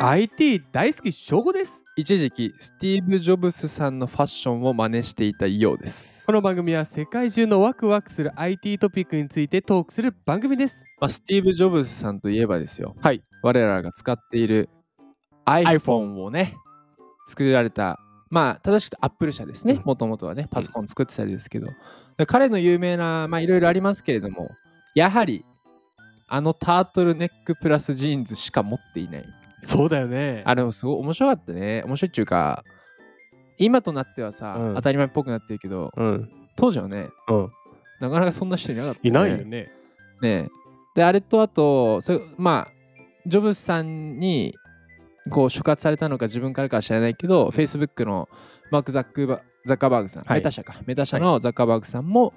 IT 大好き証拠です一時期スティーブ・ジョブスさんのファッションを真似していたようです、この番組は世界中のワクワクする IT トピックについてトークする番組ですまあ、スティーブ・ジョブスさんといえばですよはい我らが使っている iPhone をね作られたまあ正しくて Apple 社ですうんねもともとはねパソコン作ってたりですけどで彼の有名なまあいろいろありますけれどもやはりあのタートルネックプラスジーンズしか持っていないそうだよねあれもすごい面白かったね面白いっていうか今となってはさ、うん当たり前っぽくなってるけどうん当時はねうんなかなかそんな人いなかった、ね、いないよねねえであれとあとそれまあジョブズさんにこう触発されたのか自分からかは知らないけど Facebook のマーク・ザックバザッカーバーグさん、はいメタ社かメタ社のザッカーバーグさんも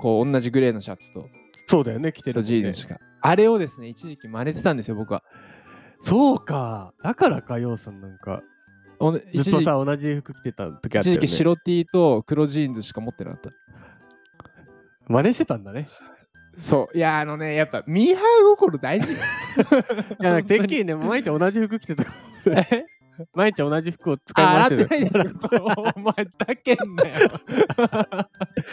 こう同じグレーのシャツとそうだよね来てソるジーヌしかあれをですね一時期真似てたんですよ僕はそうかだからかようさんなんかおねず一っと時期さ同じ服着てた時あったよ一時ね期白 T と黒ジーンズしか持ってなかった真似してたんだねそういやあのねやっぱミーハー心大事 いいやなんかてっきりね毎日同じ服着てた 毎日同じ服を使い洗回っしててなるいだろお前だけんなよ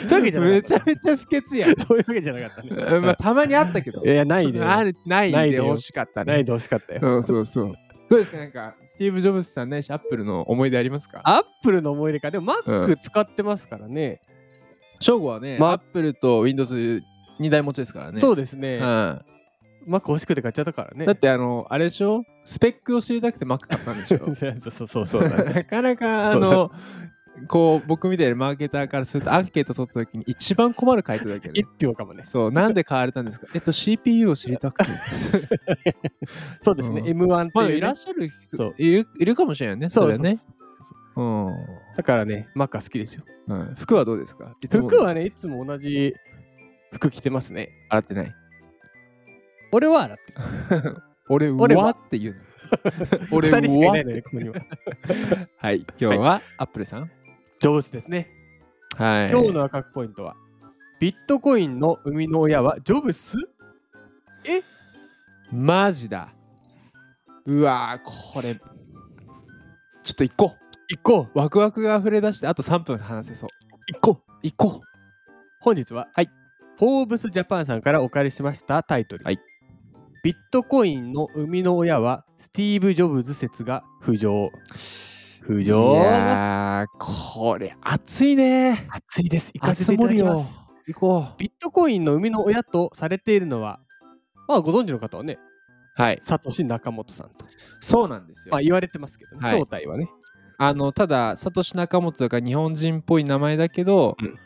そういうわけじゃなめかちゃっめちゃ不潔やんたそういうわけじゃなかったねうんまあ、たまにあったけどい。やないでよあるないないででよ欲しかったね。ないで欲しかったよそうそうそう。どうですかなんか、スティーブ・ジョブズさんないし、アップルの思い出ありますかアップルの思い出かでもう Mac 使ってますからね、正吾はね、まアップルと Windows2 台持ちですからね。そううですね、ねん。マック欲しくて買っちゃったからね。だって、あの、あれでしょスペックを知りたくて Mac 買ったん でしょ そうそうそうそうだね。なかなか、あの、こう、僕みたいなマーケターからすると、アンケート取った時に一番困る回答だけどね 一。票かもね。そう、なんで買われたん ですかえっと、CPU を知りたくて。そうですね。う M1 って まあ、いう、いねらっしゃるそ人ういるいるかもしれないね。そそううだよねそう。うんだからね、マックは好きですよ。うん。服はどうですかいつも服はね、いつも同じ服着てますね。洗ってない。俺は洗ってる。俺、俺うわはって 言うの。二人しかいないのうわよ、ここには。はい、今日はアップルさん。 上手ですね。はい。今日の赤くポイントは、ビットコインの生みの親はジョブスマジだ。うわー、これ。ちょっと行こ行こう。ワクワクが溢れ出して、あと3分話せそう。う行こう行こ本日は、はいフォーブスジャパンさんからお借りしましたタイトル、はいビットコインの生みの親はスティーブ・ジョブズ説が浮上浮う。い上やー、これ熱いね。熱いです行熱盛りよ行こビットコインの生みの親とされているのはまあご存知の方はねう。はい。サトシ・ナカモトさんと、そうなんですよ。まあ、言われてますけど、ねはい正体はねあのただサトシ仲本だから日本人っぽい名前だけど、うん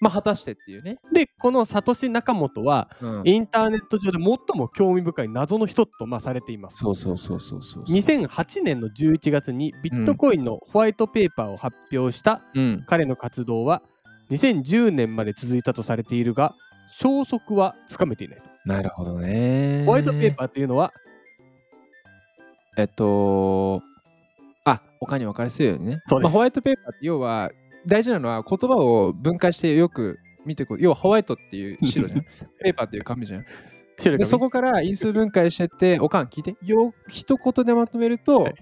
まあ果たしてっていうね、でこのサトシ・ナカモトはうんインターネット上で最も興味深い謎の人と、まあ、されていますそうそうそうそうそうそう2008年の11月にビットコインのホワイトペーパーを発表したうん彼の活動は2010年まで続いたとされているが消息はつかめていない、なるほどねホワイトペーパーというのはーえっとあ他に分かりやすいようにねそうですまあ、ホワイトペーパーって要は大事なのは言葉を分解してよく見てこう要はホワイトっていう白じゃ んペーパーっていう紙じゃん白でがそそここから因数分解してっておかん聞いてよ一言でまとめると、はい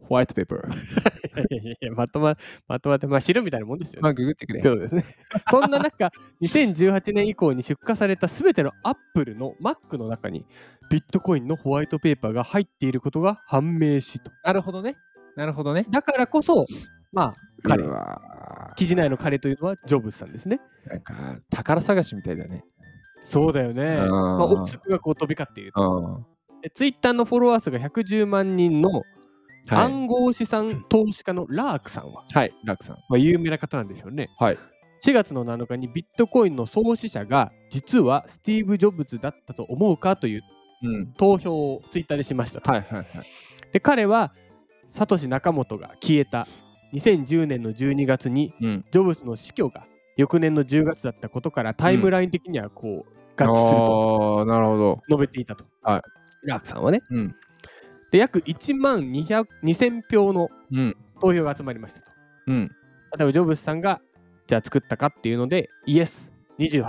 ホワイトペーパーまとままとまって、まあ、白みたいなもんですよね。まあググってくれそうですねそんな中2018年以降に出荷された全てのアップルの Mac の中にビットコインのホワイトペーパーが入っていることが判明しとなるほどね。なるほどね。だからこそまあ彼うわ記事内の彼というのはジョブズさんですねーなんか宝探しみたいだね。そうだよね。うんまあ、憶測がこう飛び交っていると。うん。ツイッターのフォロワー数が110万人のはい。暗号資産投資家のラークさんは、はい、ラクさん。まあ、有名な方なんでしょうね。はい。 4月の7日にビットコインの創始者が実はスティーブ・ジョブズだったと思うかといううん。投票をツイッターでしましたと。はいはいはい。で彼はサトシ・ナカモトが消えた2010年の12月にうん。ジョブズの死去が翌年の10月だったことからタイムライン的にはこう合致するとああ、なるほど。述べていたと。はいラークさんはね。うん。で約1万200 2000票のうん。投票が集まりましたと。うん。例えばジョブズさんがじゃあ作ったかっていうので、イエス28.3%、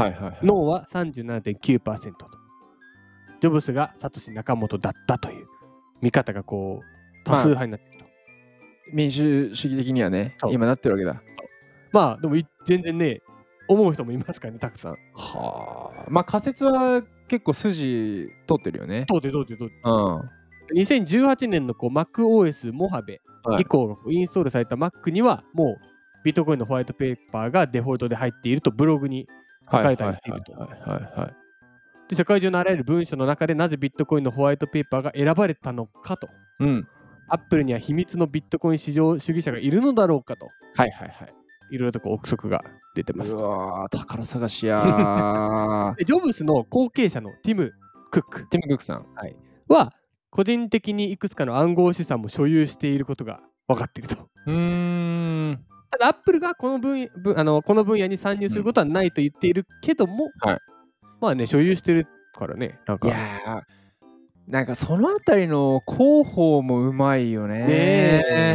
はいはいはい。ノーは37.9%と。ジョブスがサトシ仲本だったという見方がこう多数派になってると。民主主義的にはねそう今なってるわけだまあでもい全然ね思う人もいますからねたくさん。はあまあ仮説は結構筋通ってるよねどうでどうでどうでうんは2018年のこう MacOS モハベい以降がこうインストールされた Mac にはもうビットコインのホワイトペーパーがデフォルトで入っているとブログに書かれたりしているとはいはいはいで世界中のあらゆる文書の中でなぜビットコインのホワイトペーパーが選ばれたのかとうんアップルには秘密のビットコイン市場主義者がいるのだろうかとはいはいはいいろいろとこう憶測が出てますうわー宝探しやーでジョブスの後継者のティム・クック ティム・クックさんは個人的にいくつかの暗号資産も所有していることが分かっているとうーんただアップルがこの分分あのこの分野に参入することはないと言っているけども、はいまあね所有してるからねなんかいやーなんかそのあたりの広報もうまいよねね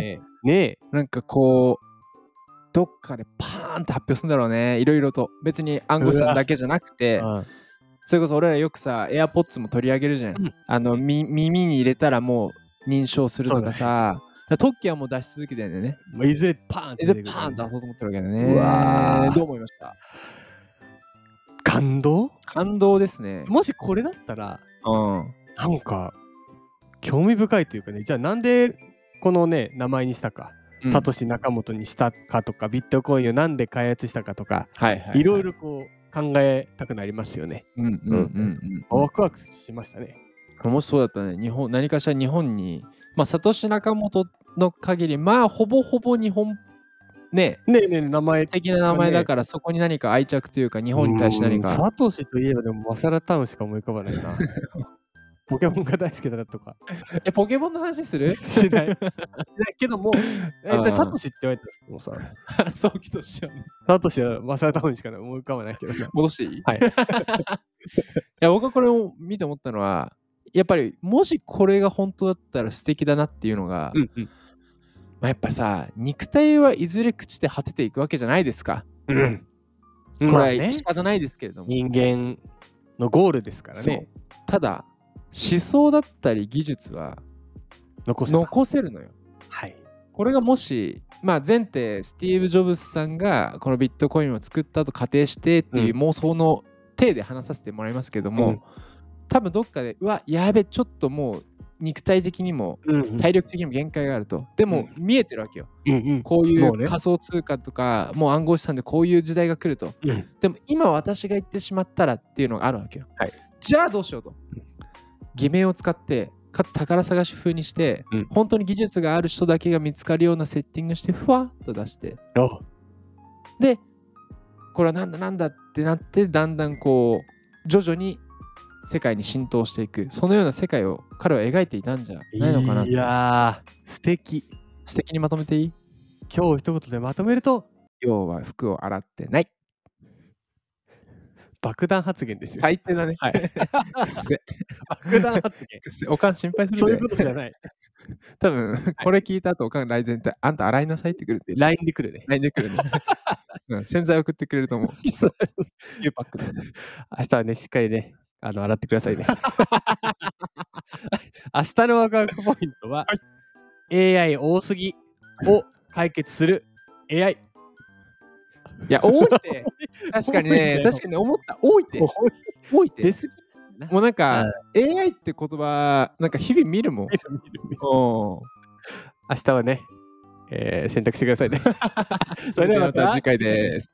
えねえなんかこうどっかでパーンって発表するんだろうねいろいろと別に暗号資産だけじゃなくてうんそれこそ俺らよくさ AirPods も取り上げるじゃん、うんあのみ耳に入れたらもう認証するとかそさ、だからトッキーはもう出し続けてんだよねまあいずれパーンってい出てずれくるパかーらねンと出そうと思ってるわけだよねうわーどう思いました感動感動ですねもしこれだったらうんなんか興味深いというかねじゃあなんでこのね名前にしたか、うんサトシ仲本にしたかとかビットコインをなんで開発したかとか、はいはいいろいろこう考えたくなりますよね、うんうんうんうんまあワクワクしましたねもしそうだったらね、日本何かしら日本に、まあ、サトシ仲本の限り、まあ、ほぼほぼ日本、ね、ねえねえ名前的な名前だから、そこに何か愛着というか、日本に対して何うんか。サトシといえばでもマサラタウンしか思い浮かばない なポケモンが大好きだとかえ、ポケモンの話 するしないけどもえう んじゃあサトシって言われたらもうさ早期としようね。サトシはマサラタウンしか思い浮かばないけどさ戻していいはい いや、僕はこれを見て思ったのは、やっぱり、もしこれが本当だったら素敵だなっていうのが、うんうんまあ、やっぱさ、肉体はいずれ朽ちて果てていくわけじゃないですか。うんここれは仕方ないですけれども。人間のゴールですからねそうただ思想だったり技術は残せば残せるのよはいこれがもし、まあ、前提スティーブ・ジョブスさんがこのビットコインを作ったと仮定してっていうう妄想の体で話させてもらいますけども、うん多分どっかでうわやべちょっともう肉体的にもうん体力的にも限界があると、でも見えてるわけようんこういもうねう仮想通貨とかもう暗号資産でこういう時代が来るとうんでも今私が言ってしまったらっていうのがあるわけよ。はいじゃあどうしようとうん。偽名を使って、かつ宝探し風にして、うん本当に技術がある人だけが見つかるようなセッティングして、ふわっと出して、おで、これはなんだなんだってなって、だんだんこう、徐々に世界に浸透していく、そのような世界を彼は描いていたんじゃないのかなといやー素敵素敵にまとめていい今日一言でまとめると要は服を洗ってない。爆弾発言ですよ、最低だね。はい くっせ、爆弾発言 くっせ。おかん心配するそうでいうことじゃ ない多分これ聞いた後、おかん来全体、あんた洗いなさいってくるって、 LINE で来るね LINE で来るね。 うん洗剤送ってくれると思う。ゆうパックで。明日はねしっかりねあの洗ってくださいね 明日のワクワクポイントは、AI 多すぎを解決する AI いや、多いって。確かに多いんだねよ、確かにね、思った。多いって。多いって。出すぎもうなんかは、 AI って言葉、なんか日々見るもん。お 明日はね、えー選択してくださいね。それではまた次回です。